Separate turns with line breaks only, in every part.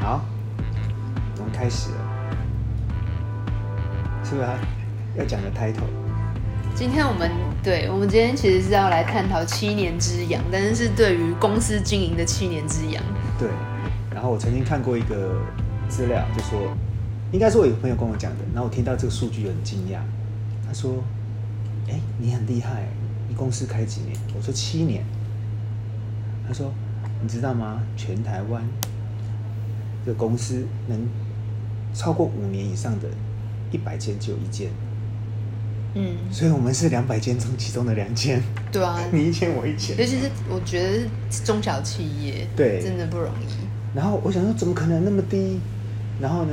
好，我们开始了，是不是要要讲个 title？
今天我们对我们今天其实是要来探讨七年之痒，但是是对于公司经营的七年之痒。
对，然后我曾经看过一个资料，就说，应该是我有朋友跟我讲的，然后我听到这个数据很惊讶，他说，哎、你很厉害，你公司开几年？我说七年。他说，你知道吗？全台湾的公司能超过五年以上的，一百间只有一间，
嗯，
所以我们是两百间中其中的两间，
对啊，
你一间我一间
尤。其是我觉得是中小企业，
对
真的不容易。
然后我想说，怎么可能那么低？然后呢，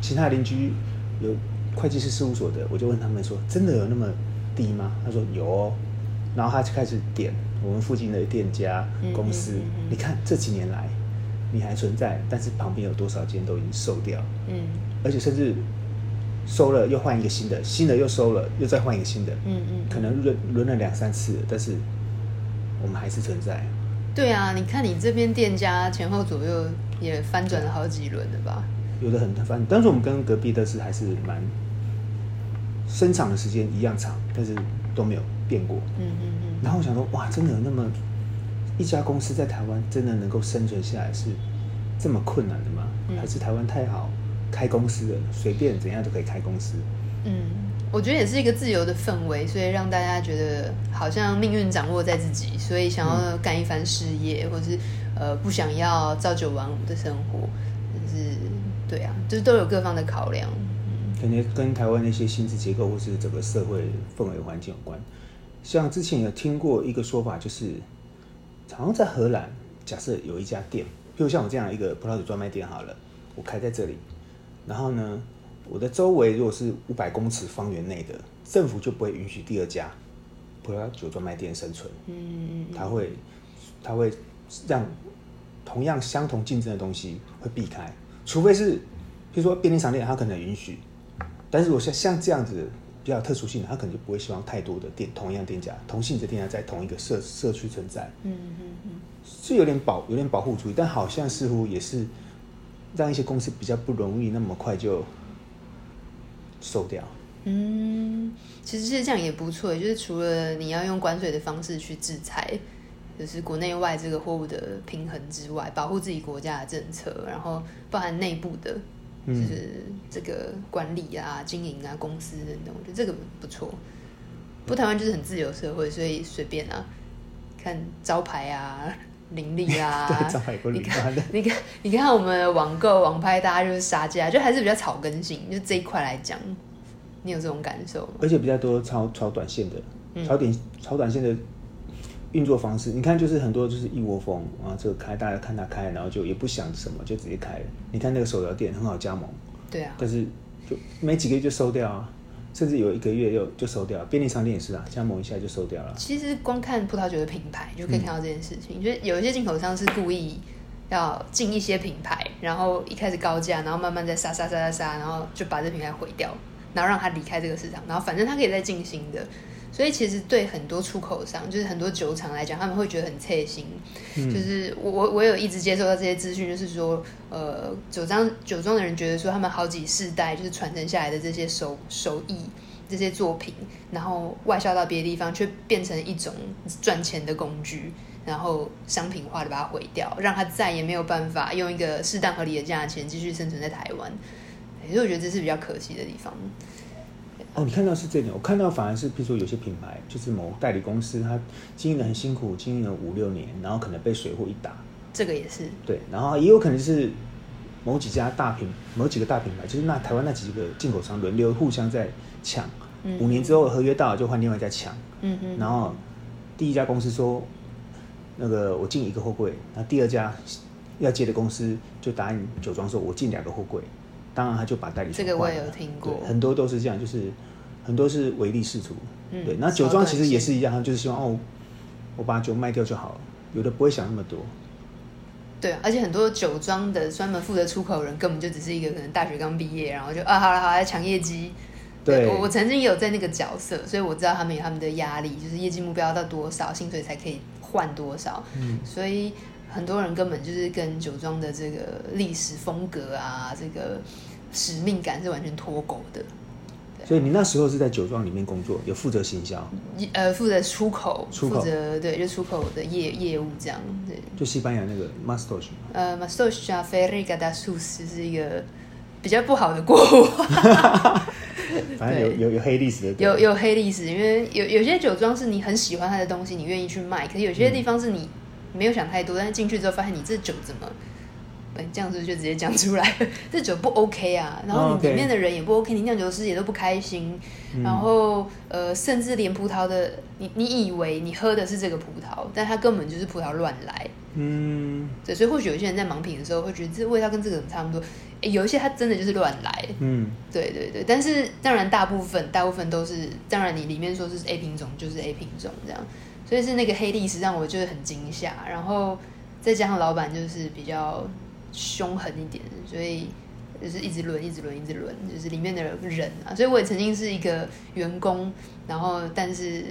其他邻居有会计师事务所的，我就问他们说，真的有那么低吗？他说有哦。然后他就开始点我们附近的店家
嗯、
公司，
嗯嗯嗯
你看这几年来你还存在，但是旁边有多少间都已经收掉，
嗯
而且甚至收了又换一个新的，新的又收了，又再换一个新的，
嗯嗯，
可能轮轮了两三次了，但是我们还是存在。
对啊，你看你这边店家前后左右也翻转了好几轮了吧？
有的很反正，但是我们跟隔壁的是还是蛮生长的时间一样长，但是都没有变过。
嗯嗯嗯，
然后我想说，哇，真的有那么一家公司在台湾真的能够生存下来是这么困难的吗？
嗯
还是台湾太好开公司了，随便怎样都可以开公司？
嗯，我觉得也是一个自由的氛围，所以让大家觉得好像命运掌握在自己，所以想要干一番事业，或是呃不想要朝九晚五的生活，就是对啊，就是都有各方的考量。
感觉跟台湾那些薪资结构或是整个社会氛围环境有关。像之前有听过一个说法，就是好像在荷兰，假设有一家店，譬如像我这样一个葡萄酒专卖店好了，我开在这里，然后呢，我的周围如果是五百公尺方圆内的，政府就不会允许第二家葡萄酒专卖店生存，
嗯
它会它会让同样相同竞争的东西会避开，除非是譬如说便利商店，它可能允许，但是我像像这样子比较有特殊性的，它可能就不会希望太多的店同样店家同性质店家在同一个社社区存在，
嗯嗯嗯
是有点保有点保护主义，但好像似乎也是让一些公司比较不容易那么快就收掉。
嗯，其实其实这样也不错，就是除了你要用关税的方式去制裁，就是国内外这个货物的平衡之外，保护自己国家的政策，然后包含内部的，就
嗯
是这个管理啊、经营啊、公司等等，我觉得这个不错。不过台湾就是很自由社会，所以随便啊，看招牌啊、 林立 啊，
对，张海国
你
理发
看
的，，
你看，你看我们网购、网拍，大家就是杀价，就还是比较草根性。就这一块来讲，你有这种感受吗？
而且比较多超超短线的，超点超短线的运作方式，你看就是很多就是一窝蜂啊，这个开大家看他开，然后就也不想什么就直接开了。你看那个手摇店很好加盟，
对啊，
但是就没几个月就收掉啊，甚至有一个月又就收掉了。便利商店也是啊，加盟一下就收掉了。
其实光看葡萄酒的品牌就可以看到这件事情，就是有一些进口商是故意要进一些品牌，然后一开始高价，然后慢慢再杀杀杀杀杀，然后就把这品牌毁掉，然后让它离开这个市场，然后反正它可以再进新的。所以其实对很多出口商，就是很多酒厂来讲，他们会觉得很刺心。就是我我我有一直接收到这些资讯，就是说，呃，酒庄酒庄的人觉得说，他们好几世代就是传承下来的这些手手艺，这些作品，然后外销到别的地方，却变成一种赚钱的工具，然后商品化的把它毁掉，让它再也没有办法用一个适当合理的价钱继续生存在台湾。哎所以我觉得这是比较可惜的地方。
哦，你看到是这点，我看到反而是，比如说有些品牌就是某代理公司，它经营的很辛苦，经营了五六年，然后可能被水货一打，
这个也是，
对，然后也有可能是某几家大品，某几个大品牌，就是那台湾那几个进口商轮流互相在抢，
嗯
五年之后合约到了就换另外一家抢，
嗯哼，
然后第一家公司说那个我进一个货柜，那第二家要接的公司就答应酒庄说我进两个货柜，当然他就把代理商
这个我
换
也有
了
听
对
过
很多都是这样，就是很多是唯利是图，
嗯
对，那酒
超
庄
短
其实也
线
是一样，他们就是希望哦我把酒卖掉就好了，有的不会想那么多。
对啊，而且很多酒庄的专门负责出口人，根本就只是一个可能大学刚毕业，然后就啊，好了好了，抢业绩。
对
我我曾经有在那个角色，所以我知道他们有他们的压力，就是业绩目标要到多少，薪水才可以换多少。
嗯
所以很多人根本就是跟酒庄的这个历史风格啊，这个使命感是完全脱钩的。
所以你那时候是在酒庄里面工作，有负责行销，
一呃，负责出口，
出口
负责对，就出口的业业务这样。对，
就西班牙那个 Mastos 嘛
呃 m a s t o s h a f e r i g a d a s u s 是一个比较不好的国王，
反正有
对
有有黑历史的，
有有黑历史，因为有有些酒庄是你很喜欢它的东西，你愿意去卖，可是有些
嗯
地方是你没有想太多，但是进去之后发现你这酒怎么，哎，这样子就直接讲出来， 这酒不 OK 啊，然后
哦
你
，OK 嗯
里面的人也不 OK，你酿酒师也都不开心，然后呃，甚至连葡萄的，你你以为你喝的是这个葡萄，但它根本就是葡萄乱来，
嗯
对，所以或许有些人在盲品的时候会觉得这味道跟这个很差不多，诶有一些它真的就是乱来，
嗯，
对对对，但是当然大部分大部分都是，当然你里面说是 A 品种就是 A 品种这样，所以是那个黑历史让我就是很惊吓，然后再加上老板就是比较凶狠一点，所以就是一直轮一直轮一直轮，就是里面的人啊，所以我也曾经是一个员工，然后但是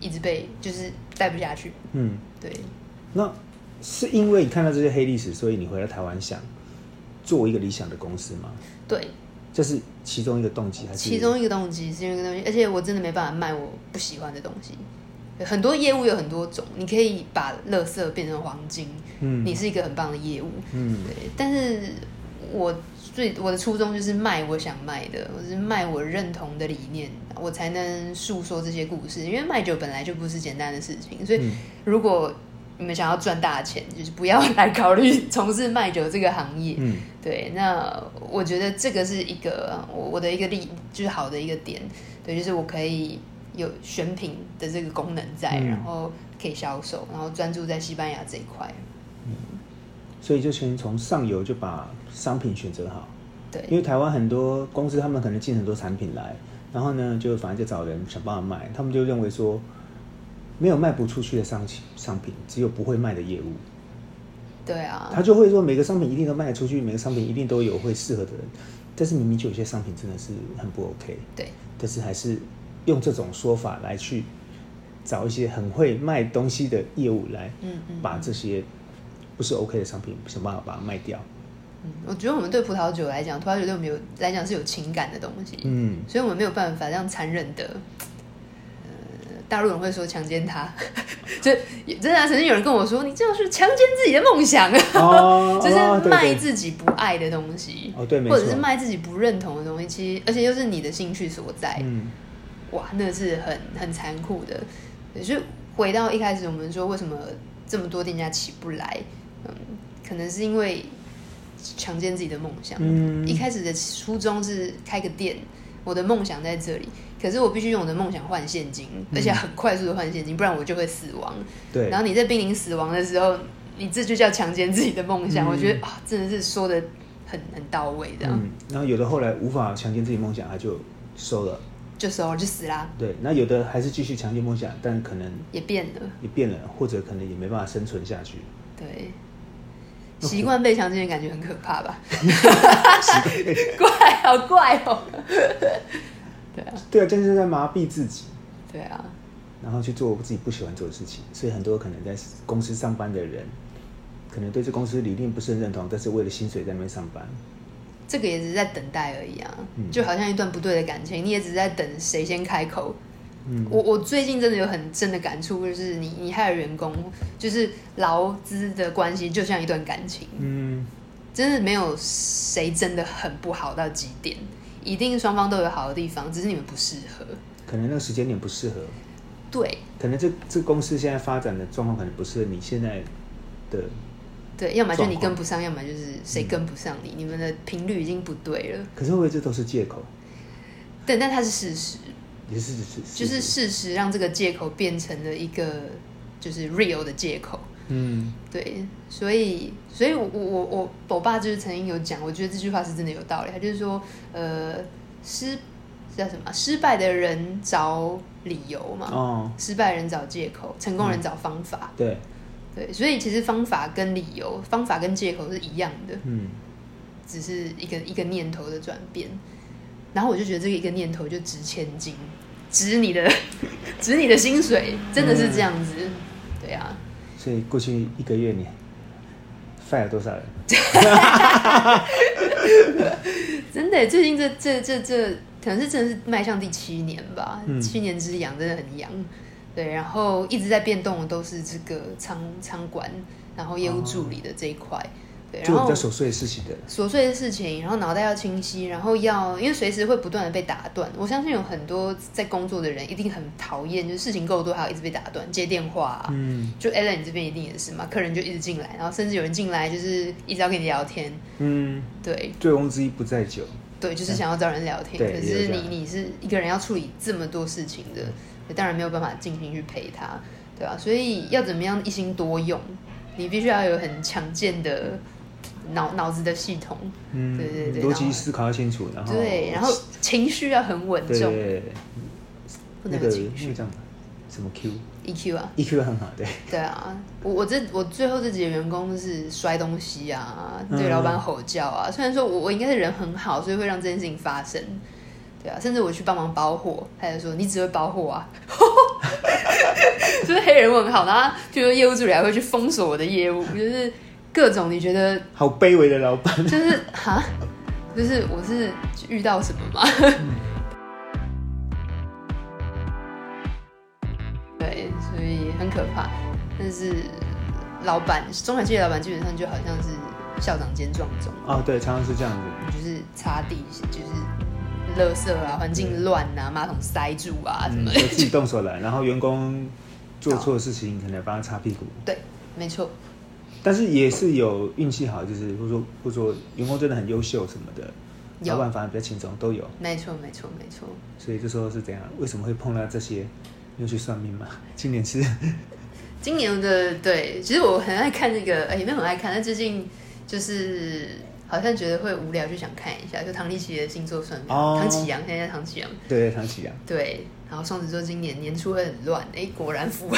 一直被就是待不下去，
嗯，
对，
那是因为你看到这些黑历史，所以你回到台湾想做一个理想的公司吗？
对，
这是其中一个动机，还是
其中一个动机是因为这个东西，而且我真的没办法卖我不喜欢的东西。对很多业务有很多种，你可以把垃圾变成黄金，
嗯
你是一个很棒的业务。
嗯
对，但是我最我的初衷就是卖我想卖的，我是卖我认同的理念，我才能诉说这些故事。因为卖酒本来就不是简单的事情，所以
嗯
如果你们想要赚大钱，就是不要来考虑从事卖酒这个行业。
嗯
对，那我觉得这个是一个呃我我的一个利，就是好的一个点，对，就是我可以有选品的这个功能在，
嗯
然后可以销售，然后专注在西班牙这一块，
所以就先从上游就把商品选择好，因
对，
为台湾很多公司他们可能进很多产品来，然后呢就反正就找人想办法卖，他们就认为说没有卖不出去的商品商品，只有不会卖的业务，
对啊，
他就会说每个商品一定都卖得出去，每个商品一定都有会适合的人，但是明明就有些商品真的是很不 OK，
对，
但是还是用这种说法来去找一些很会卖东西的业务来
嗯嗯，
把这些不是 OK 的商品想办法把它卖掉，
嗯我觉得我们对葡萄酒来讲，葡萄酒对我们有来讲是有情感的东西，
嗯。
所以我们没有办法这样残忍的。呃，大陆人会说强奸他， 就真的啊、曾经有人跟我说，你这样是强奸自己的梦想啊！
哦，哦
就是
对
卖
对
自己不爱的东西，
哦对没
或者
错
是卖自己不认同的东西，其实而且又是你的兴趣所在，
嗯
哇，那是很很残酷的。对所以回到一开始我们说，为什么这么多店家起不来？嗯，可能是因为强奸自己的梦想。
嗯
一开始的初衷是开个店，我的梦想在这里，可是我必须用我的梦想换现金，
嗯
而且很快速的换现金，不然我就会死亡。
对，
然后你在濒临死亡的时候，你这就叫强奸自己的梦想。
嗯
我觉得啊，真的是说的很很到位，这样、
嗯，然后有的后来无法强奸自己梦想，他就收了，
就收了就死啦，
对，那有的还是继续强奸梦想，但可能
也变了，
也变了，或者可能也没办法生存下去，
对。习惯被强奸的感觉很可 怕吧？怪，好怪哦。对啊，
对啊，真是在麻痹自己，
对啊，
然后去做自己不喜欢做的事情，所以很多可能在公司上班的人，可能对这公司理念不是很认同，但是为了薪水在那边上班，
这个也只是在等待而已啊，
嗯
就好像一段不对的感情，你也只是在等谁先开口，
嗯，
我我最近真的有很深的感触，就是你你害了员工，就是劳资的关系就像一段感情，
嗯
真的没有谁真的很不好到极点，一定双方都有好的地方，只是你们不适合。
可能那个时间点不适合，
对
可能这这公司现在发展的状况可能不适合你现在的
对，要么就你
状况
跟不上，要么就是谁跟不上你，你们的频率已经不对了。
可是会不会这都是借口？
对，但它是事实，
也是是
就是事实让这个借口变成了一个就是 real 的借口。
嗯
对，所以，所以我我我我爸就是曾经有讲，我觉得这句话是真的有道理。他就是说，呃，失叫什么啊？失败的人找理由嘛，
哦
失败人找借口，成功人找方法。
对
对，所以其实方法跟理由、方法跟借口是一样的，
嗯
只是一个一个念头的转变。然后我就觉得这个一个念头就值千金，值你的 值
嗯
你的薪水，真的是这样子。对啊，
所以过去一个月你 fire 多少人？
真的，最近这这这这，可能是真的是迈向第七年吧，
嗯
七年之痒真的很痒。对，然后一直在变动的都是这个仓仓管，然后业务助理的这一块。对，然
做哦比
后
较琐碎的事情的人，
琐碎的事情，然后脑袋要清晰，然后要因为随时会不断的被打断。我相信有很多在工作的人一定很讨厌，就是事情够多，还要一直被打断，接电话、啊。
嗯
就 Alan 你这边一定也是嘛，客人就一直进来，然后甚至有人进来就是一直要跟你聊天，
嗯，
对，
醉翁之意不在酒，
对，就是想要找人聊天。
嗯对
可
也有
是
这样
你你是一个人要处理这么多事情的，你当然没有办法尽心去陪他，对吧、所以要怎么样一心多用，你必须要有很强健的脑脑子的系统，
嗯，
对对对
逻
然
辑
后
思考要清楚，然后
对，然后情绪要很稳
哦对
重，
对对
不
那
能
个
有情
那
绪
个叫什么什么 Q，EQ
，EQ 啊。
很好，对，
对啊，我我这我最后这几个员工是摔东西啊，
嗯
对老板吼叫啊。虽然说我我应该是人很好，所以会让这件事情发生。对啊，甚至我去帮忙包货，他就说你只会包货啊， 就是黑人问号。然后就说业务助理还会去封锁我的业务，就是各种你觉得
好卑微的老板，
就是哈，就是我是遇到什么嘛？ 对，所以很可怕。但是老板，中小企业老板基本上就好像是校长兼撞钟，
哦，对，常常是这样子，
就是擦地，就是垃圾啊，环境乱啊，马桶塞住啊什
嗯，
么
就
的。
自己动手 来，然后员工做错事情，可能帮他擦屁股，
对，没错，
但是也是有运气好，就是或者说或者说员工真的很优秀什么的，
有
老板反而比较轻松，都有。
没错，没错，没错。
所以这时候是怎样？为什么会碰到这些？又去算命嘛？ 今年是
今年的对，其实我很爱看那个，哎、 也没有很爱看，但最近就是好像觉得会无聊，就想看一下，就唐立奇的星座算命，
哦
唐启阳现在唐启阳
对唐启阳，
对，然后双子座今年年初会很乱，哎、果然 符合，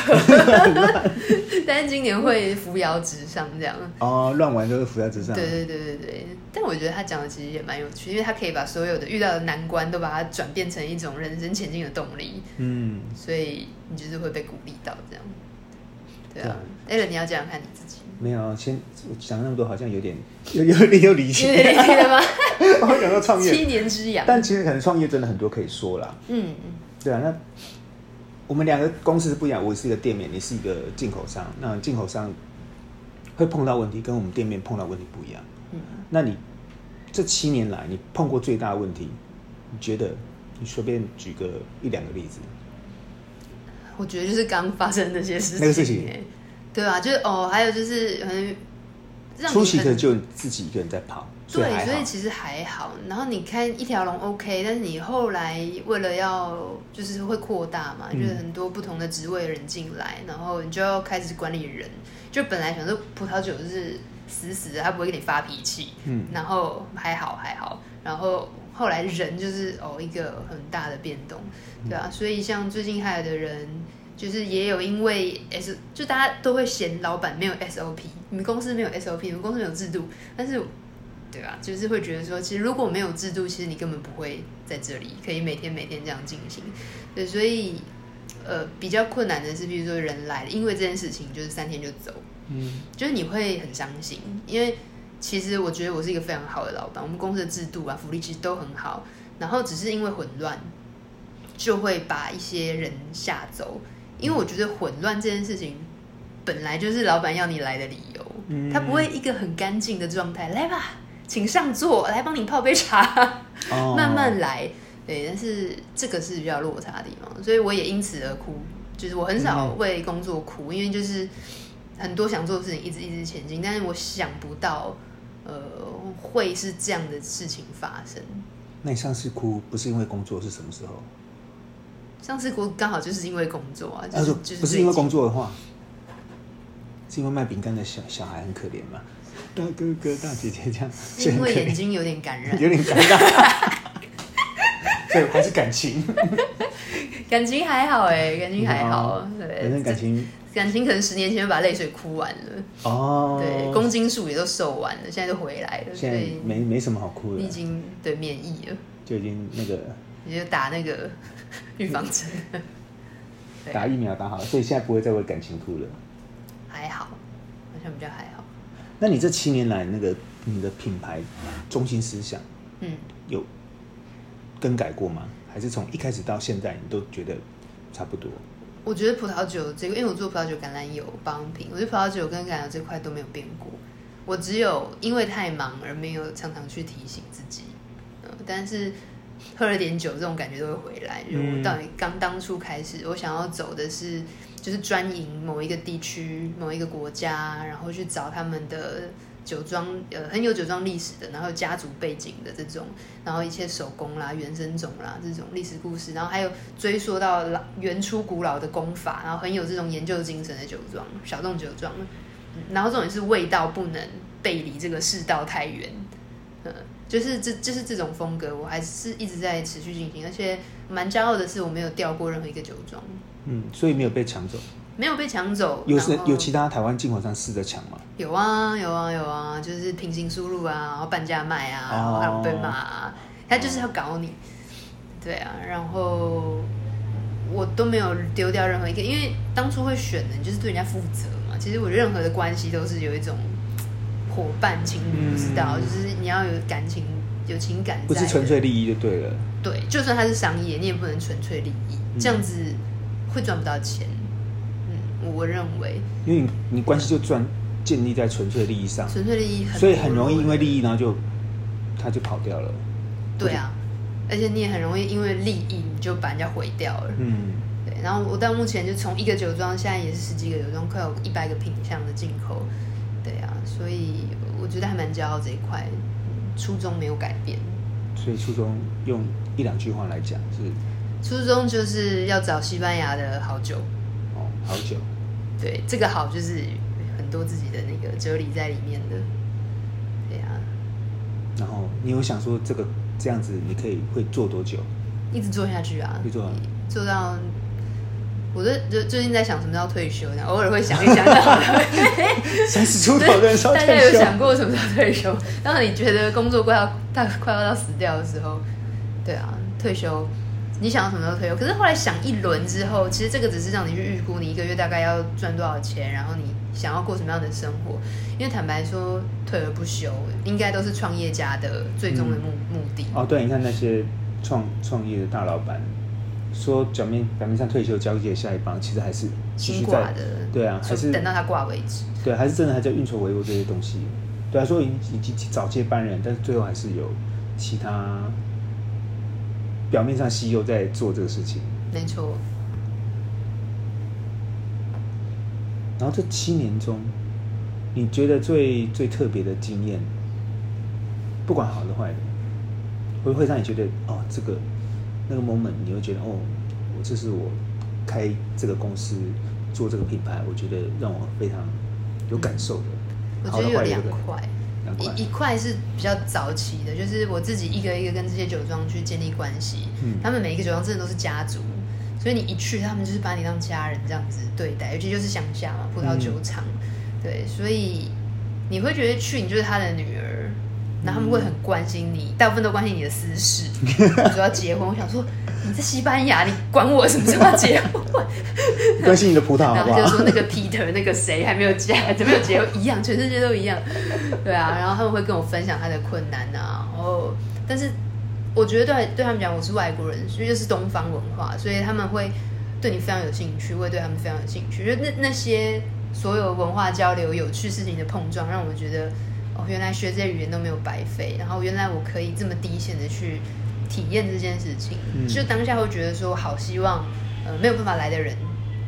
但是今年会扶摇直上这样。
哦，乱玩都是啊浮在纸上。
对对对对对，但我觉得他讲的其实也蛮有趣，因为他可以把所有的遇到的难关都把它转变成一种人生前进的动力，
嗯，
所以你就是会被鼓励到这样。对啊，艾伦，你要这样看你自己。
没有，啊先我讲那么多好像有点 有有点有理
有
性，
点累了吗？
我想到创业，
七年之痒。
但其实可能创业真的很多可以说啦。
嗯，
对啊，那我们两个公司是不一样，我是一个店面，你是一个进口商，那进口商会碰到问题，跟我们店面碰到问题不一样。
嗯，
那你这七年来，你碰过最大的问题，你觉得？你随便举个一两个例子。
我觉得就是刚发生那些事情、
那个事情
欸对啊，就是哦，还有就是可能让你
初期可能
很
就你自己一个人在跑，所以
对，
还
所以
好。
其实还好。然后你看一条龙 OK，但是你后来为了要就是会扩大嘛，
嗯
就是很多不同的职位的人进来，然后你就要开始管理人。就本来想说葡萄酒就是死死的，他不会跟你发脾气，
嗯
然后还好还好，然后后来人就是哦一个很大的变动，
嗯
对啊，所以像最近还有的人。就是也有因为 S，就大家都会嫌老板没有 SOP，你们公司没有 SOP，你们公司没有制度，但是对吧？就是会觉得说，其实如果没有制度，其实你根本不会在这里可以每天每天这样进行。对，所以呃，比较困难的是，比如说人来了，因为这件事情就是三天就走，
嗯
就是你会很伤心，因为其实我觉得我是一个非常好的老板，我们公司的制度啊、福利其实都很好，然后只是因为混乱，就会把一些人吓走，因为我觉得混乱这件事情本来就是老板要你来的理由，
嗯
他不会一个很干净的状态，来吧，请上座，来帮你泡杯茶，
哦
慢慢来。对，但是这个是比较落差的地方，所以我也因此而哭。就是我很少为工作哭，因为就是很多想做的事情一直一直前进，但是我想不到，呃，会是这样的事情发生。
那你上次哭不是因为工作是什么时候？
上次哭刚好就是因为工作啊，就
他
是
说
就是
不是因为
最近
工作的话，是因为卖饼干的小小孩很可怜嘛？大哥哥、大姐姐这样，
是
所以
因
很可
为眼
怜，
睛有点感染，
有点尴尬。 所以还是感情，
感情还好哎、感情还好，
反正
对，
感情
感情可能十年前就把泪水哭完了，
哦，
对，公斤数也都瘦完了，现在都回来了，所
现在
以
没没什么好哭
你
的
已，经对免疫了，
就已经那个
你就打那个 预防针，对
打疫苗打好了，所以现在不会再为感情哭了。
还好，好像比较还好。
那你这七年来，那个你的品牌中心思想
嗯，
有更改过吗？还是从一开始到现在，你都觉得差不多？
我觉得葡萄酒这个，因为我做葡萄酒、橄榄油、帮品，我觉得葡萄酒跟橄榄油这块都没有变过。我只有因为太忙而没有常常去提醒自己，嗯、但是喝了点酒，这种感觉都会回来。就是
嗯
我到底刚当初开始，我想要走的是就是专营某一个地区、某一个国家，然后去找他们的酒庄，呃，很有酒庄历史的，然后有家族背景的这种，然后一切手工啦、原生种啦这种历史故事，然后还有追溯到老原初古老的功法，然后很有这种研究精神的酒庄，小众酒庄。嗯然后重点是味道不能背离这个世道太远，呃，就是这就是这种风格，我还是一直在持续进行，而且蛮骄傲的是我没有调过任何一个酒庄，
嗯，所以没有被抢走。
没有被抢走，
有
然
是
后
有其他台湾进口商试着抢吗？
有啊，有啊，有啊，就是平行输入啊，然后半价卖啊，然
哦
后还有被骂啊，他就是要搞你，对啊，然后我都没有丢掉任何一个，因为当初会选的，你就是对人家负责嘛。其实我任何的关系都是有一种嘖伙伴情侣，不知道，
嗯
就是你要有感情，有情感
不
在的，
是纯粹利益就对了。
对，就算它是商业，你也不能纯粹利益，
嗯
这样子会赚不到钱。嗯，我我认为
因为你你关系就专建立在纯粹利益上，
纯粹利益很，
所以很容易因为利益，然后就他就跑掉了。
对啊，而且你也很容易因为利益你就把人家毁掉了。
嗯，
对，然后我到目前就从一个酒庄，现在也是十几个酒庄，快有一百个品相的进口。对啊，所以我觉得还蛮骄傲这一块，嗯初衷没有改变。
所以初中用一两句话来讲是
初衷就是要找西班牙的好酒。
哦，好久。
对，这个好就是很多自己的那个哲理在里面的。对啊，
然后你有想说这个这样子你可以会做多久？
一直做下去啊，
一直做啊
做到。我都就最近在想什么叫退休呢？偶尔会想一想，然后
三十出头的人说
大家
退
有
休，
想过什么时候退休？当你觉得工作快要到快要到死掉的时候，对啊，退休，你想要什么时候退休？可是后来想一轮之后，其实这个只是让你去预估你一个月大概要赚多少钱，然后你想要过什么样的生活。因为坦白说，退而不休应该都是创业家的最终的目、目的。
哦，对，你看那些创创业的大老板，说表面表面上退休交接下一棒，其实还是继
新
续
挂
在
的，
对啊，还
就是等到他挂为止。
对，还是真的还在运筹帷幄这些东西。对啊，所以已经找接班人，但是最后还是有其他表面上 CEO 在做这个事情。
没错，
然后这七年中，你觉得最最特别的经验，不管好的坏的，会会让你觉得哦，这个那个 moment，你会觉得哦，我这是我开这个公司做这个品牌，我觉得让我非常有感受的。
嗯我
好
觉
的
得有
坏的
两
都可以
块。
两块
一一块是比较早期的，就是我自己一个一个跟这些酒庄去建立关系，
嗯
他们每一个酒庄真的都是家族，所以你一去，他们就是把你当家人这样子对待，尤其就是乡下嘛，葡萄酒厂，
嗯
对，所以你会觉得去你就是他的女儿，然后他们会很关心你，大部分都关心你的 私事，主要结婚，我想说你在西班牙，你管我什么时候要结婚？
关心你的葡萄好
然
不
后就说
好？
那个 Peter 那个谁还没有嫁，怎么有结婚一样，全世界都 一样，对啊。然后他们会跟我分享他的困难啊，然后但是我觉得对对他们讲我是外国人，所以就是东方文化，所以他们会对你非常有兴趣，我也对他们非常有兴趣。就那那些所有文化交流、有趣事情的碰撞，让我觉得哦，原来学这些语言都没有白费，然后原来我可以这么低线的去体验这件事情。
嗯
就当下会觉得说，好希望呃没有办法来的人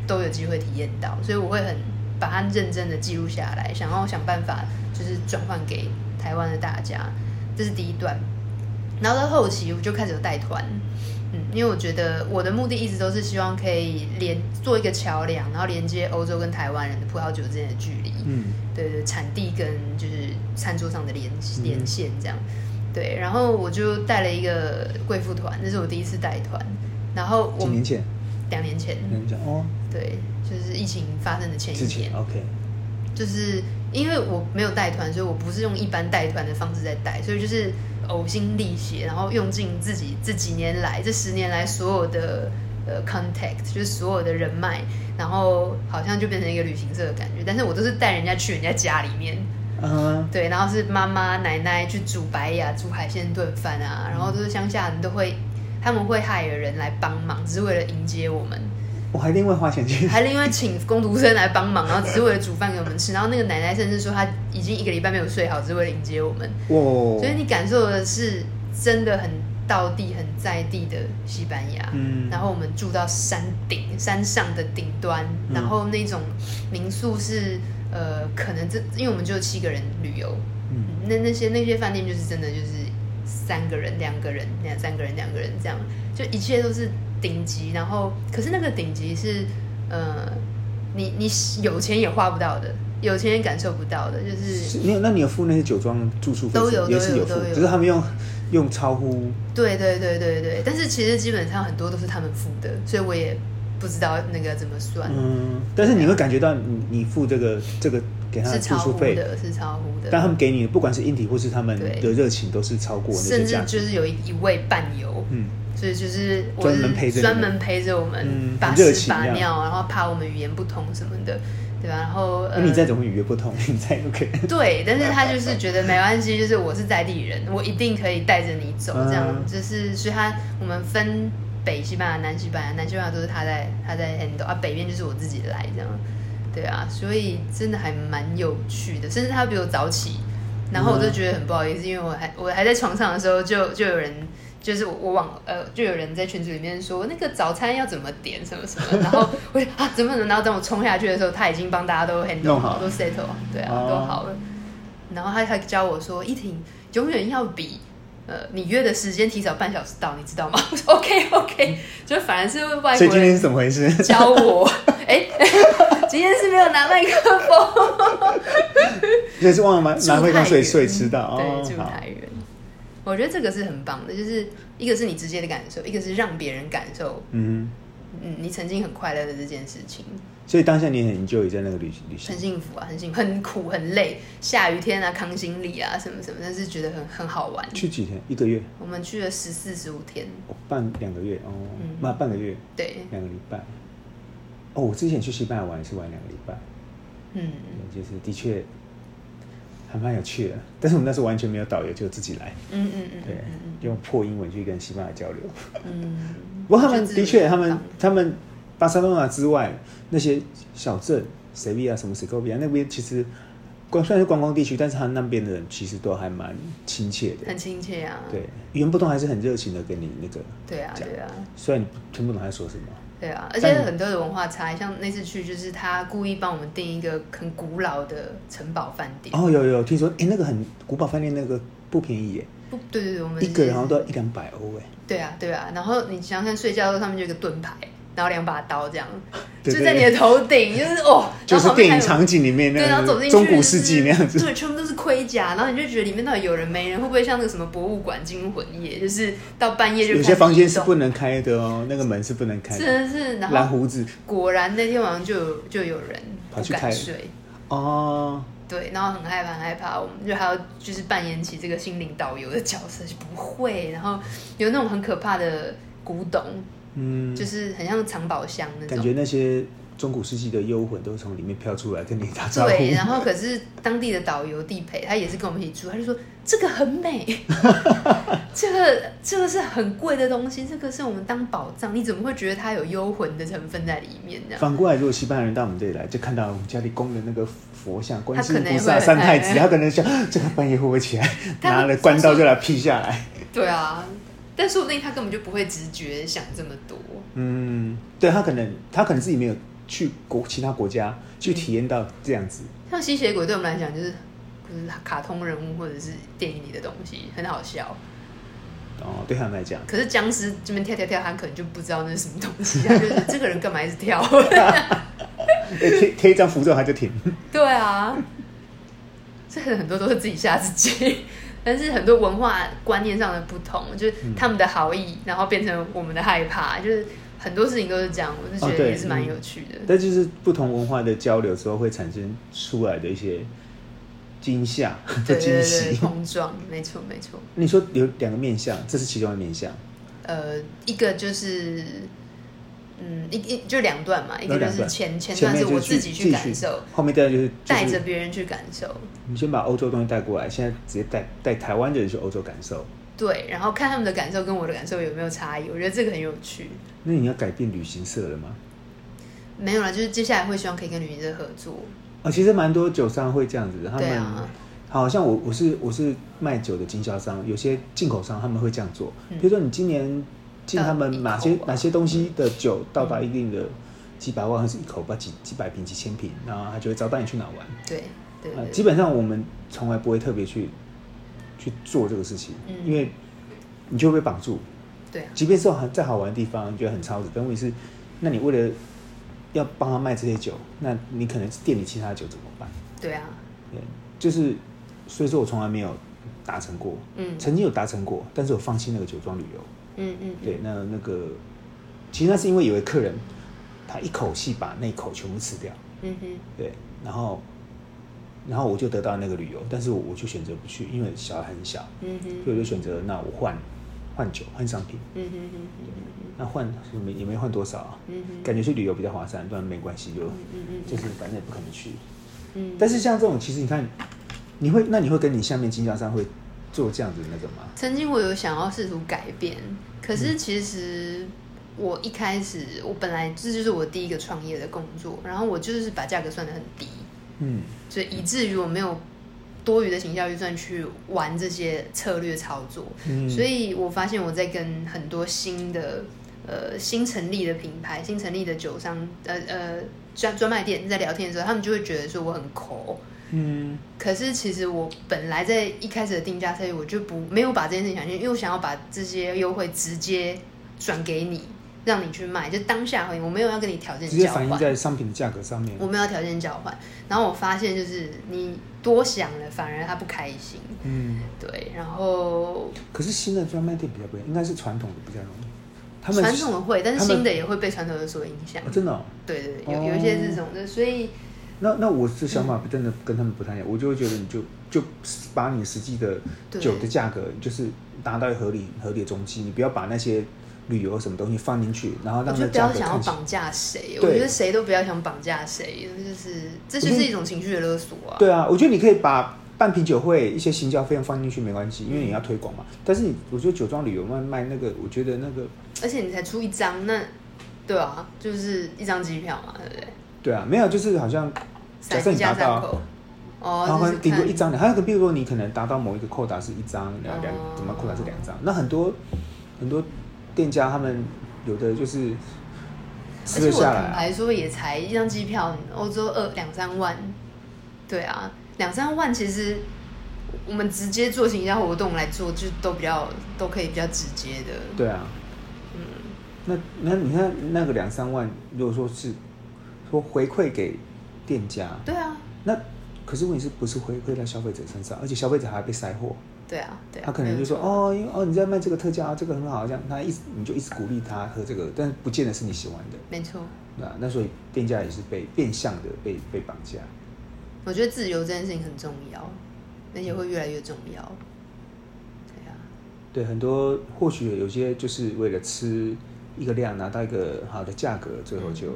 都有机会体验到，所以我会很把它认真的记录下来，想要想办法就是转换给台湾的大家。这是第一段，然后到后期我就开始有带团，嗯，因为我觉得我的目的一直都是希望可以连做一个桥梁，然后连接欧洲跟台湾人的葡萄酒之间的距离。
嗯，
对对，产地跟就是餐桌上的连
嗯
连线这样。对，然后我就带了一个贵妇团，那是我第一次带团。然后
几
我
年前，
两年前，
跟你讲哦，
对，就是疫情发生的嗯前一
之
年
前，OK，
就是因为我没有带团，所以我不是用一般带团的方式在带，所以就是呕心沥血，然后用尽自己这几年来这十年来所有的呃 contact，就是所有的人脉，然后好像就变成一个旅行社的感觉，但是我都是带人家去人家家里面，
嗯哼，
对，然后是妈妈奶奶去煮白呀、煮海鲜炖饭啊，然后就是乡下人都会，他们会害人来帮忙，只是为了迎接我们，
我还另外花钱 去，
还是因为请工读生来帮忙，然后只是为了煮饭给我们吃，然后那个奶奶甚至说她已经一个礼拜没有睡好，只是为了迎接我们，
哇
所，以你感受的是真的很道地、很在地的西班牙。
嗯，
然后我们住到山顶，山上的顶端，
嗯
然后那种民宿是呃，可能这因为我们就七个人旅游，
嗯
那那些那些饭店就是真的就是三个人、两个人、两三个人、两个人这样，就一切都是顶级。然后，可是那个顶级是呃，你你有钱也花不到的，有钱也感受不到的，就是
是你有那你有付那些酒庄住宿费
都
是
有
也
都
是
有
付
都，有
只是他们用用超乎
对对对对对。但是其实基本上很多都是他们付的，所以我也不知道那个怎么算，
嗯，但是你会感觉到你你付这个这个给他
是
的住
超
宿
乎
费，
的，啊是超乎的。
但他们给你的不管是硬体或是他们
对
的热情，都是超过那些
甚至
价格。
就是有一一位伴游，
嗯，
所以就是我
专门陪着
是
你们
专门陪着我
嗯
们把
很热
屎
情
把
这样
尿，然后怕我们语言不通什么的，对吧？然后
那
呃，
你再怎么语言不通， 你再都可以。
对，但是他就是觉得没关系，就是我是在地人，我一定可以带着你走，
嗯
这样就是所以他我们分北西班牙、南西班牙，南西班牙都是他在他在 handle 啊，北边就是我自己来这样，对啊，所以真的还蛮有趣的，甚至他比我早起，然后我就觉得很不好意思，因为我还我还在床上的时候就就有人。就是我我往呃，就有人在群组里面说那个早餐要怎么点什么什么，然后我就 啊怎么能，然后等我冲下去的时候，他已经帮大家都 handle
弄好
都 settle 好对啊，
哦
都好了。然后他还教我说，依婷永远要比呃你约的时间提早半小时到，你知道吗？ 我说 OK OK，就反而是外
所以
国
今天
人
是怎么回事？
教我， 哎、今天是没有拿麦克风，
所以是忘了拿拿
住
会
太
光，所以
远，
所以迟到。
对，
哦
住，
好，
太远。我觉得这个是很棒的，就是一个是你直接的感受，一个是让别人感受，
嗯，
嗯，你曾经很快乐的这件事情，
所以当下你也很 enjoy 在那个旅旅行
很。幸福啊，很幸福，很苦很累，下雨天啊，扛行李啊，什么什么，但是觉得很很好玩。
去几天？一个月，
我们去了十四十五天，
哦半两个月哦
嗯，
那半个月，
对，
两个礼拜。哦，我之前去西班牙玩也是玩两个礼拜，
嗯，
就是的确还蛮有趣的。但是我们那时候完全没有导游，就自己来，
嗯嗯嗯，
对
嗯，
用破英文去跟西班牙交流。
嗯，
不过他们
就自己
的确，他们
放
他们巴塞罗那之外那些小镇，塞维亚什么塞戈比亚那边，其实光虽然是观光地区，但是他那边的人其实都还蛮亲切的。
很亲切啊，
对，语言不通还是很热情的跟你那个，
对啊，
讲
对啊，
虽然你听不懂他在说什么。
对啊，而且
但
很多的文化差异，像那次去就是他故意帮我们订一个很古老的城堡饭店，
哦，有有听说，哎，那个很古堡饭店那个不便宜耶，
不，对对对，我们
一个人
是
好像都要一两百欧哎。
对啊对啊，然后你想想看，睡觉的时候上面就有一个盾牌，然后两把刀这样，
对
就
对
在你的头顶，就是哦，
就
然
是
后
电
旁边还
影
有
场景里面那
对，然后走
样
进去
子，中古世纪那样
就
子
是，对，全部都是盔甲，然后你就觉得里面到底有人没人，会不会像那个什么博物馆惊魂夜，就是到半夜就
有
开始
些房间是
移动
不能开的哦，那个门是不能开的。
真的是，然
蓝
后
胡子
果然那天晚上就有就有人
跑
不
去
敢
看
睡，
哦，
对，然后很害怕很害怕，我们就还要就是扮演起这个心灵导游的角色，就不会，然后有那种很可怕的古董，
嗯，
就是很像藏宝箱那
感
种。
觉那些中古世纪的幽魂都从里面飘出来跟你打招呼。
对，然后可是当地的导游地陪，他也是跟我们一起住，他就说这个 很美，这个这个是很贵的东西，这个是我们当宝藏，你怎么会觉得它有幽魂的成分在里面 呢？
反过来，如果西班牙人到我们这里来，就看到我们家里供的那个佛像，观世音
他可
菩
能
萨、
会
三太子，
哎
他可能想这个半夜会不会起来，
他
拿了关刀就来劈下来。
对啊，但说不定他根本就不会直觉想这么多。
嗯，对他可能他可能自己没有去国其他国家去体验到这样子。
像吸血鬼对我们来讲就是就是卡通人物或者是电影里的东西，很好笑。
哦，对他们来 讲，
可是僵尸这边跳跳跳，他可能就不知道那是什么东西，他就是这个人干嘛一直跳？
哎贴贴一张符咒他就停。
对啊， 这个很多都是自己吓自己， 但是很多文化观念上的不同，就是
嗯
他们的好意，然后变成我们的害怕，就是很多事情都是这样，我是
哦
觉得
对嗯
也是蛮有趣的。
但就是不同文化的交流之后会产生出来的一些惊吓和
对
惊
对
喜
对，。碰撞，没错没错。
你说有两个面相，这是其中的面相。
呃，一个就是嗯，一一就两段嘛，一
有
哎个就
两
是
段
前前
前
段
面
是
就
我
是
自己去感
续
受，
后面第二就是
带
就
着
是
别人去感受，
你先把欧洲东西带过来，现在直接带带台湾的人去欧洲感受。
对，然后看他们的感受跟我的感受有没有差异，我觉得这个很有趣。
那你要改变旅行社了吗？
没有啦，就是接下来会希望可以跟旅行社合作，
啊、其实蛮多酒商会这样子的，他
对
们、
啊
好像我我是我是卖酒的经销商，有些进口商他们会这样做，
嗯
比如说你今年进他们哪
到一口
些
吧嗯
哪些东西的酒到达一定的几百万还是一口吧几几百瓶几千瓶，然后他就会招待你去哪玩。
对对
呃，
对
基本上我们从来不会特别去去做这个事情，
嗯
因为你就会被绑住。
对啊，
即便是很再好玩的地方，你觉得很超值，但问题是，那你为了要帮他卖这些酒，那你可能店里其他的酒怎么办？
对啊，
对，就是所以说我从来没有达成过，
嗯
曾经有达成过，但是我放弃那个酒庄旅游。
嗯嗯，
对，那那个其实那是因为有位客人，他一口气把那一口全部吃掉，
嗯哼，
对，然后然后我就得到那个旅游，但是我我就选择不去，因为小孩很小，
嗯哼，
所以我就选择那我换换酒换商品，
嗯哼嗯哼
那换也没也没换多少啊，
嗯哼，
感觉去旅游比较划算，不然没关系，就
嗯
就是反正也不可能去。
嗯，
但
是
是像这种，其实你看，你会那你会跟你下面经销商会做这样子的那种吗？
曾经我有想要试图改变，可是其实我一开始我本来这就是我第一个创业的工作，然后我就是把价格算得很低，
嗯，
所以以至于我没有多余的行销预算去玩这些策略操作，
嗯
所以我发现我在跟很多新的呃新成立的品牌、新成立的酒商呃呃专专卖店在聊天的时候，他们就会觉得说我很抠。
嗯
可是其实我本来在一开始的定价策略，我就不没有把这件事情想进去，因为我想要把这些优惠直接转给你，让你去卖，就当下而已，我没有要跟你条件
直接
交
反映
换。
在商品的价格上面。
我没有要条件交换，然后我发现就是你多想了，反而他不开心。
嗯，
对，然后
可是新的专卖店比较不一样，应该是传统的比较容易。他们
传统的会，但是
他们
新的也会被传统的所影响
哦。真的、哦，
对对，对
哦
有有一些这种的，所以
那那我的想法真的跟他们不太一样，我就会觉得你就就把你实际的
对
酒的价格就是达到合理合理的中期，你不要把那些旅游什么东西放进去，然后
我
让
就
那
不
价
要
格
想要
看起来。
绑架谁，
对
我觉得谁都不要想绑架谁，就是这就是一种情绪的勒索啊。
对啊，我觉得你可以把办品酒会一些行销费用放进去没关系，因为你要推广嘛。但是你，我觉得酒庄旅游卖卖那个，我觉得那个
而且你才出一张，那对啊，就是一张机票嘛，对不对？
对啊，没有就是好像假设
三
你
家
达
三
到
口，，哦，
然后可能
就是
顶多
看
一张两，还有个比如说你可能达到某一个扣打是一张两两
哦，
怎么扣打是两张？那很多很多店家他们有的就是
而
吃
且
得
我
下
坦
来啊，
白说，也才一张机票，欧洲二两三万，对啊，两三万其实我们直接做行销活动来做，就都比较都可以比较直接的。
对啊，嗯，那那你看那个两三万，如果说是说回馈给店家，
对啊，
那可是问题是不是回馈到消费者身上，而且消费者还被塞货，
对啊，对啊。
他可能就说
没有错，
哦，因为哦你在卖这个特价，这个很好，这样他一直你就一直鼓励他喝这个，但是不见得是你喜欢的，
没错。
那那所以店家也是被变相的被被绑架，
我觉得自由这件事情很重要，而且会越来越重要。对啊，
对很多或许有些就是为了吃一个量拿到一个好的价格，最后
嗯
就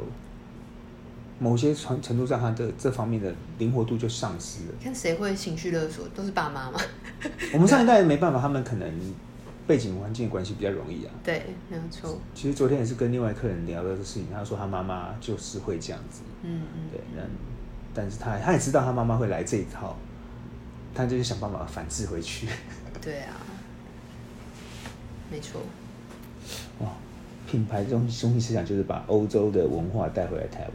某些程程度上他的这方面的灵活度就丧失了。
你看谁会情绪勒索，都是爸妈嘛。
我们上一代没办法，他们可能背景环境的关系比较容易啊，
对，没有错。
其实昨天也是跟另外客人聊到这事情，他说他妈妈就是会这样子，
嗯嗯，
对，那但是他他也知道他妈妈会来这一套，他就是想办法反制回去。
对啊，没错。
哇，品牌中中心思想就是把欧洲的文化带回来台湾，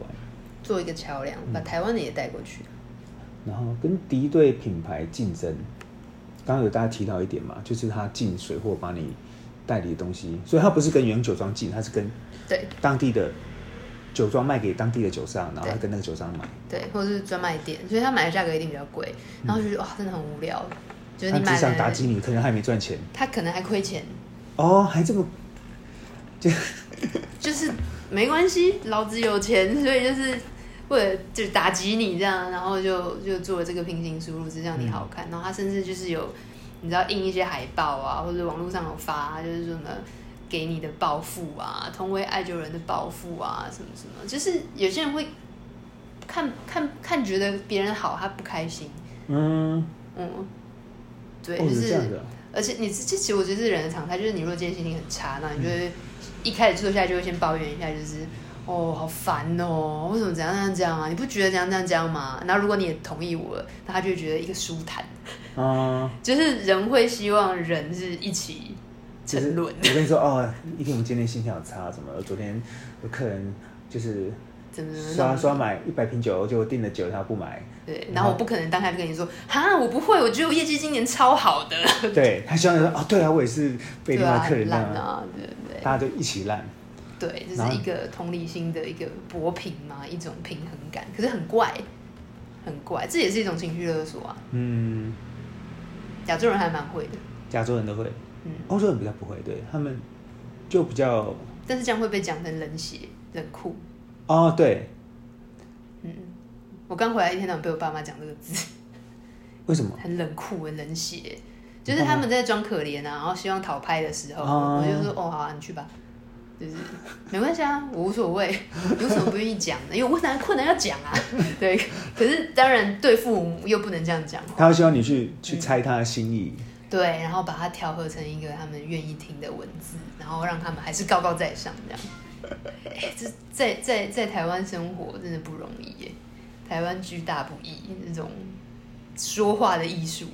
做一个桥梁，把台湾的也带过去。
然后跟敌对品牌竞争。刚刚有大家提到一点嘛，就是他进水货把你代理的东西，所以他不是跟原酒庄进，他是跟
对
当地的酒庄卖给当地的酒商，然后他
对
跟那个酒商买。
对，或者是专卖店，所以他买的价格一定比较贵，然后就觉得哇，真的很无聊。就是
他
你买
只
了
想打击你，可能还没赚钱。
他可能还亏钱，
哦，还这么
就是没关系，老子有钱，所以就是为了就是打击你这样，然后就就做了这个平行输入，只让
嗯
你好看。然后他甚至就是有，你知道印一些海报啊，或者网络上有发、就是说什么给你的报复啊，同为爱酒人的报复啊，什么什么，就是有些人会看看看觉得别人好，他不开心，
嗯，
嗯，对，
哦，
就是
这
是
样的啊，
而且你这其实我觉得是人的常态，就是你如果今天心情很差，那你就
嗯
会一开始坐下来就会先抱怨一下，就是哦好烦哦，为什么怎样怎样这样啊？你不觉得怎样怎样这样吗？然后如果你也同意我了，那他就会觉得一个舒坦，
嗯，
就是人会希望人是一起
就是
沉沦。
我跟你说哦，一定我们今天心情好差，怎么？昨天有客人就是
怎么怎么
刷
嗯弄？
刷嗯买一百瓶酒，就订了酒，他不 买，
对，然后我不可能当下就跟你说，哈，我不会，我觉得我业绩今年超好的，
对他希望说哦，对啊，我也是被
对
另外
啊，
客人
很
那
烂
样，
啊，对不对？
大家就一起烂，
对，这
然后
是一个同理心的一个薄平嘛，一种平衡感，可是很怪，很怪，这也是一种情绪勒索啊。
嗯，
亚洲人还蛮会的，
加州人都会，
嗯，
欧洲人比较不会，对他们就比较
但是这样会被讲成冷血、冷酷。
哦，对，
我刚回来一天到晚被我爸妈讲这个字，
为什么？
很冷酷、很冷血，就是他们在装可怜啊，然后希望讨拍的时候，
哦
我就说哦好、啊，你去吧。就是没关系啊，我无所谓， 有什么不愿意讲的？因为我困难困难要讲啊，对。可是当然对父母又不能这样讲话，
他会希望你去
嗯
去猜他的心意，
对，然后把它调和成一个他们愿意听的文字，然后让他们还是高高在上这样。哎这在在在台湾生活真的不容易耶，台湾居大不易，那种说话的艺术，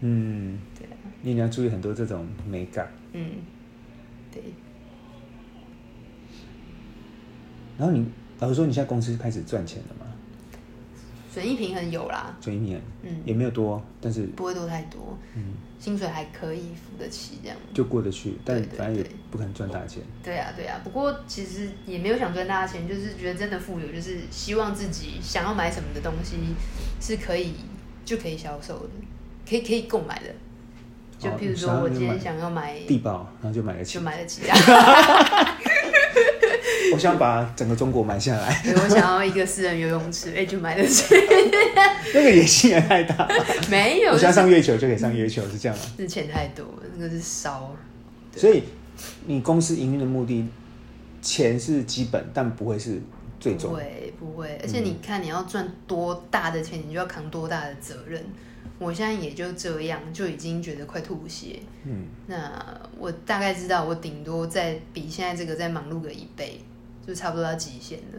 嗯，
对啊
你也要注意很多这种美感。
嗯，对，
然后你老实说，你现在公司开始赚钱了嘛？
损益平衡有啦，
就一年
嗯，
也没有多，但是
不会多太多，薪水还可以付得起这样。
就过得去，但
对对
反正也
对
不可能赚大钱。
对啊，对啊，不过其实也没有想赚大家钱，就是觉得真的富有，就是希望自己想要买什么的东西是可以就可以销售的，可以可以购买的。就
哦
譬如
想
说，
要
我
就
今天
买
想要买，
地保，然后就买得起
就。买得起啊。
我想把整个中国买下来，
对我想要一个私人游泳池，哎，就买得起。
那个野心也太 大。
没有，
我
就
想
是
上月球就可以上月球，是这样吗？
是钱太多，那个是烧。对
所以你公司营运的目的，钱是基本，但不会是最
不
终。
会不
嗯
会，而且你看，你要赚多大的钱，你就要扛多大的责任。我现在也就这样，就已经觉得快吐血。
嗯，
那我大概知道，我顶多再比现在这个再忙碌个一倍，就差不多到极限了。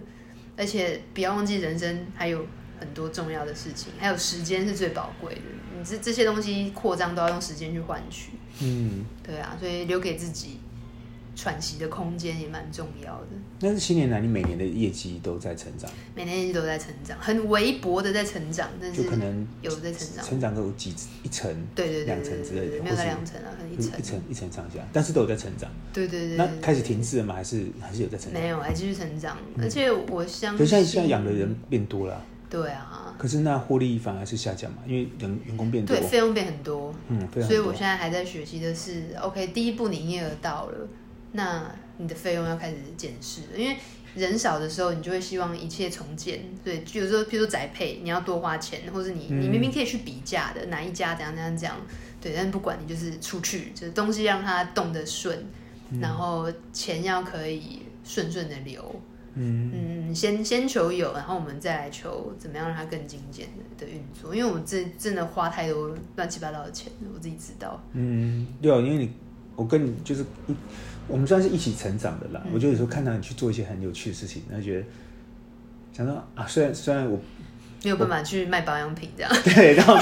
而且不要忘记，人生还有很多重要的事情，还有时间是最宝贵的。你这这些东西扩张都要用时间去换取，
嗯，
对啊，所以留给自己喘息的空间也蛮重要的。
但是七年来你每年的业绩都在成长，
每天一直都在成长，很微薄的在成长，但
就是可能
有在成长。
成长都有几一层、
对对对对
两层之类
对对
的，
没有
或
到
是
两层啊，可能一
嗯一
层。
层一层上下，但是都有在成长。
对对对对
那
对
开始停滞了吗？还是还是有在成长？
没有，还继续成长，而且我相
可
信
嗯是现在现在养的人变多了啊、
对啊，
可是那获利反而是下降嘛，因为人员工变多
对，，费用变很多，
嗯，非常
所以我
多
现。在还在学习的是，OK，第一步你营业额到了，那你的费用要开始检视了，因为人少的时候，你就会希望一切从简，对，比如说，譬如说宅配，你要多花钱，或者你
嗯
你明明可以去比价的，哪一家怎样怎样怎样，对，但不管你就是出去，就是东西让它动得顺，
嗯
然后钱要可以顺顺的流，嗯，先先求有，然后我们再来求怎么样让它更精简的的运作，因为我们真真的花太多乱七八糟的钱，我自己知道。
嗯，对啊，因为你我跟你就是一，我们算是一起成长的
嗯
啦。我就有时候看到你去做一些很有趣的事情，然后觉得想说啊，虽然虽然我
没有办法去卖保养品这样。
对，然后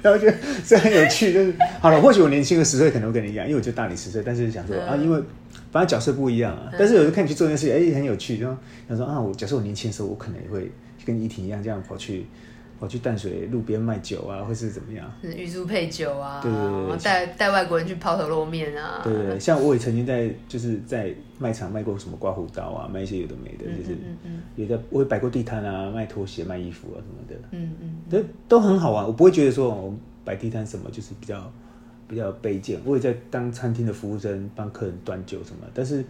然后觉得虽然有趣，就是好了。或许我年轻个十岁可能会跟你一样，因为我就大你十岁，但是想说、啊，因为反正角色不一样啊。但是有时候看你去做一件事情，哎、很有趣，然后想说啊，我假设我年轻的时候，我可能也会跟依婷一样，这样跑去跑去淡水路边卖酒啊，或是怎么样。
就是玉珠配酒啊，
对对对对
然后带带外国人去抛头露面啊，
对对，对，像我也曾经在就是在卖场卖过什么刮胡刀啊，卖一些有的没的，
嗯
就是也在我也摆过地摊啊，卖拖鞋、卖衣服啊什么的，
嗯嗯，
都都很好啊玩。我不会觉得说我摆地摊什么就是比较比较卑贱，我也在当餐厅的服务生，帮客人端酒什么，但是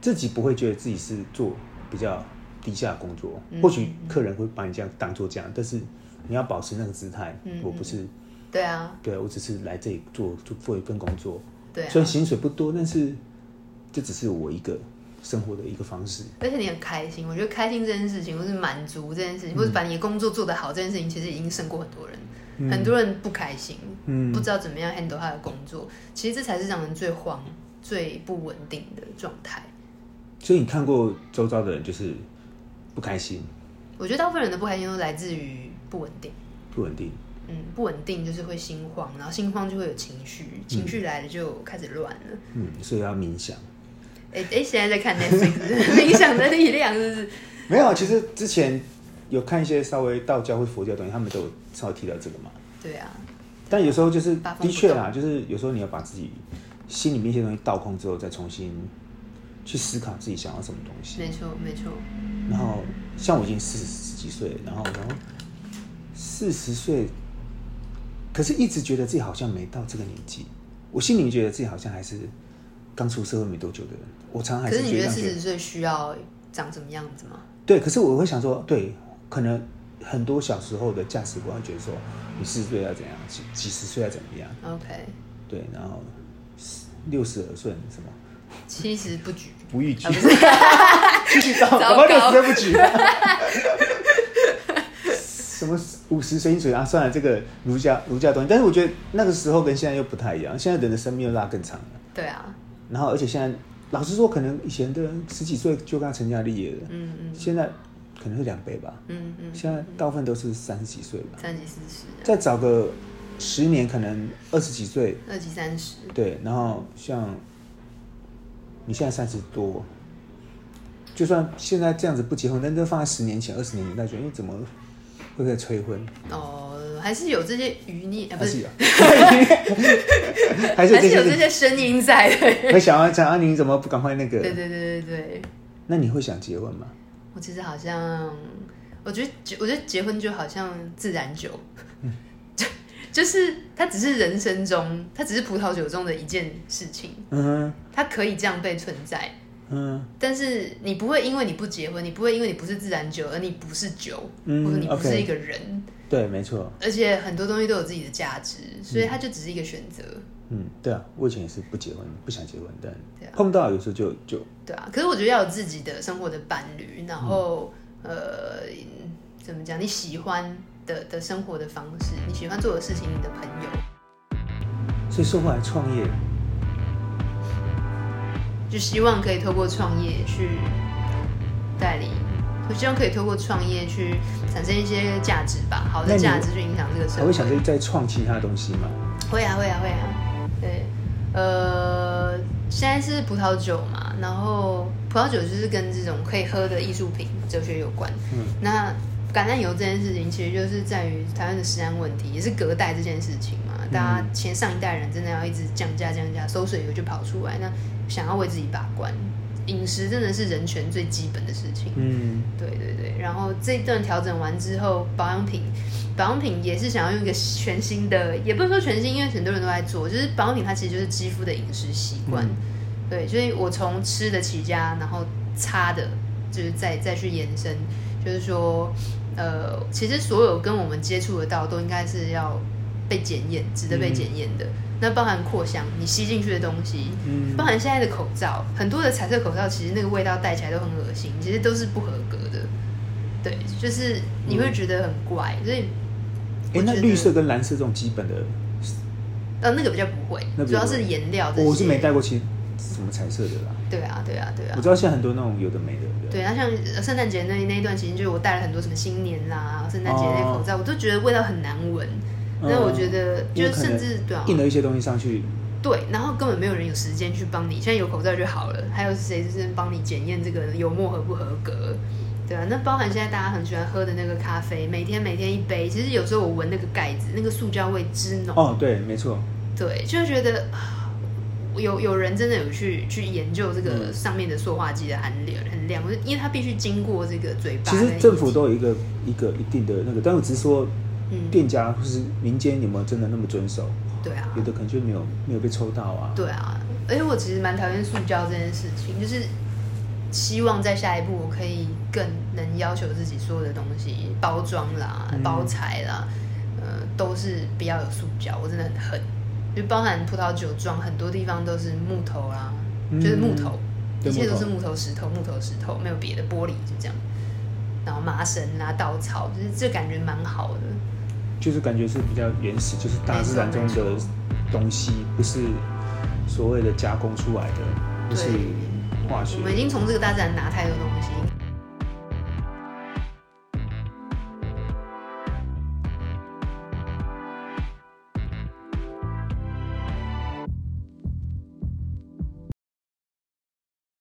自己不会觉得自己是做比较低下的工作。或许客人会把你这样当做这样，但是你要保持那个姿态。我不是
对啊，
对我只是来这里做做做一份工作。
对啊
虽，然薪水不多，但是这只是我一个生活的一个方式。
而且你很开心，我觉得开心这件事情，或是满足这件事情，或是把你的工作做得好这件事情，其实已经胜过很多人。
嗯
很多人不开心，
嗯
不知道怎么样 handle 他的工作，其实这才是让人最慌、最不稳定的状态。
所以你看过周遭的人就是不开心、
我觉得大部分人的不开心都来自于不稳定，
不稳定，
嗯，不稳定就是会心慌，然后心慌就会有情绪，情绪来了就开始乱了。
嗯，所以要冥想。
哎、哎、现在在看 Netflix，冥想的力量是不是？
没有，啊其实之前有看一些稍微道教或佛教的东西，他们都有稍微提到这个嘛。
对啊，
但有时候就是
把风
的
不
确啦，就是有时候你要把自己心里面一些东西倒空之后，再重新去思考自己想要什么东西。
没错没错，
然后像我已经四十几岁了，然后然后四十岁，可是一直觉得自己好像没到这个年纪，我心里面觉得自己好像还是刚出社会没多久的人，我常常还
可是你
觉得
觉
这
得
样觉得
四十岁需要长什么样子吗？
对，可是我会想说，对，可能很多小时候的价值观会觉得说，你四十岁要怎样，几几十岁要怎么样，
OK，
对，然后六十而顺什么
七十不 举，
不逾矩
啊，不是
继续到
糟
搞
糕
不好六十岁不举。 什么五十随心所欲啊？算了，这个儒家儒家东西，但是我觉得那个时候跟现在又不太一样，现在人的生命又拉更长了。
对啊，
然后，而且现在老实说，可能以前的人十几岁就跟他成家立业了，
嗯嗯
现在可能是两倍吧。
嗯嗯，
现在大部分都是三十几岁吧，
三级四十，
再找个十年，可能二十几岁，
二级三十，
对，然后像你现在三十多，就算现在这样子不结婚，但这放在十年前、二十年前，大家觉得哎怎么会被催婚？
哦，还是有这些余孽，啊、不
还
是
是有， 还是有
还
这
是有
些
这些声音在的。
人会想要讲啊，你怎么不赶快那
对
个？
对对对对，
那你会想结婚吗？
我其实好像，我觉得结，我觉得结婚就好像自然酒，就就是它只是人生中，它只是葡萄酒中的一件事情，
嗯
它可以这样被存在。
嗯
但是你不会因为你不结婚，你不会因为你不是自然酒，而你不是酒，或者
嗯
你不是
，OK，
一个人，
对，没错，
而且很多东西都有自己的价值，所以它就只是一个选择。
嗯，对啊，我以前也是不结婚，不想结婚，但
对啊
碰到有时候就就
对啊，可是我觉得要有自己的生活的伴侣，然后、呃，怎么讲？你喜欢的的生活的方式，你喜欢做的事情，你的朋友，
所以说后来创业，
就希望可以透过创业去代理，我希望可以透过创业去产生一些价值吧，好
那
的
你
价值去影响这个社
还
会
会。想着再创其他东西吗？
会啊，会啊，会啊，对，呃，现在是葡萄酒嘛，然后葡萄酒就是跟这种可以喝的艺术品哲学有关。
嗯，
那橄榄油这件事情，其实就是在于台湾的食安问题，也是隔代这件事情嘛。大家前上一代人真的要一直降价降价，馊水油就跑出来，那想要为自己把关，饮食真的是人权最基本的事情。
嗯，
对对对，然后这一段调整完之后，保养品，保养品也是想要用一个全新的，也不是说全新，因为很多人都在做，就是保养品它其实就是肌肤的饮食习惯，
嗯
对，所以我从吃的起家，然后擦的，就是再再去延伸，就是说，呃，其实所有跟我们接触得到都应该是要被检验，值得被
嗯
检验的，那包含扩香，你吸进去的东西，
嗯
包含现在的口罩，很多的彩色口罩，其实那个味道戴起来都很恶心，其实都是不合格的。对，就是你会觉得很怪，所以
哎、
我
那
觉得
绿色跟蓝色这种基本的，
呃那个比较不会，
那比
主
较
要
不会
是颜料这些。
我是没带过其什么彩色的啦。
对啊，对啊，对啊
我。知道现在很多那种有的没的，
对，那像呃圣诞节那那一段期间，就是我带了很多什么新年啦、圣诞节那口罩，我都觉得味道很难闻。
嗯
那我觉得
哦因
就
为
是
可能
甚至对啊，
印了一些东西上去，
对，然后根本没有人有时间去帮你，现在有口罩就好了。还有谁是帮你检验这个油墨合不合格？对啊，那包含现在大家很喜欢喝的那个咖啡，每天每天一杯，其实有时候我闻那个盖子，那个塑胶味之浓，
哦，对，没错，
对，就会觉得啊有有人真的有去去研究这个
嗯
上面的塑化剂的含量含量，因为它必须经过这个嘴巴
其
跟液体。
实政府都有一个一个一定的那个，但我只是说
嗯，
店家或是民间有没有真的那么遵守，
对啊，
有的可能就没有没有被抽到啊。
对啊，而且我其实蛮讨厌塑胶这件事情，就是希望在下一步我可以更能要求自己所有的东西，包装啦、
嗯
包材啦，呃，都是不要有塑胶，我真的很恨。就包含葡萄酒庄，很多地方都是木头啦、就是木头，
嗯对
一切都
木头
是木头、石头、木头、石头，没有别的玻璃，就这样。然后麻绳啊、稻草，就是这感觉蛮好的。
就是感觉是比较原始，就是大自然中
没错
的
没错
东西，不是所谓的加工出来的，不是
对
化学
我。们已经从这个大自然拿太多东西，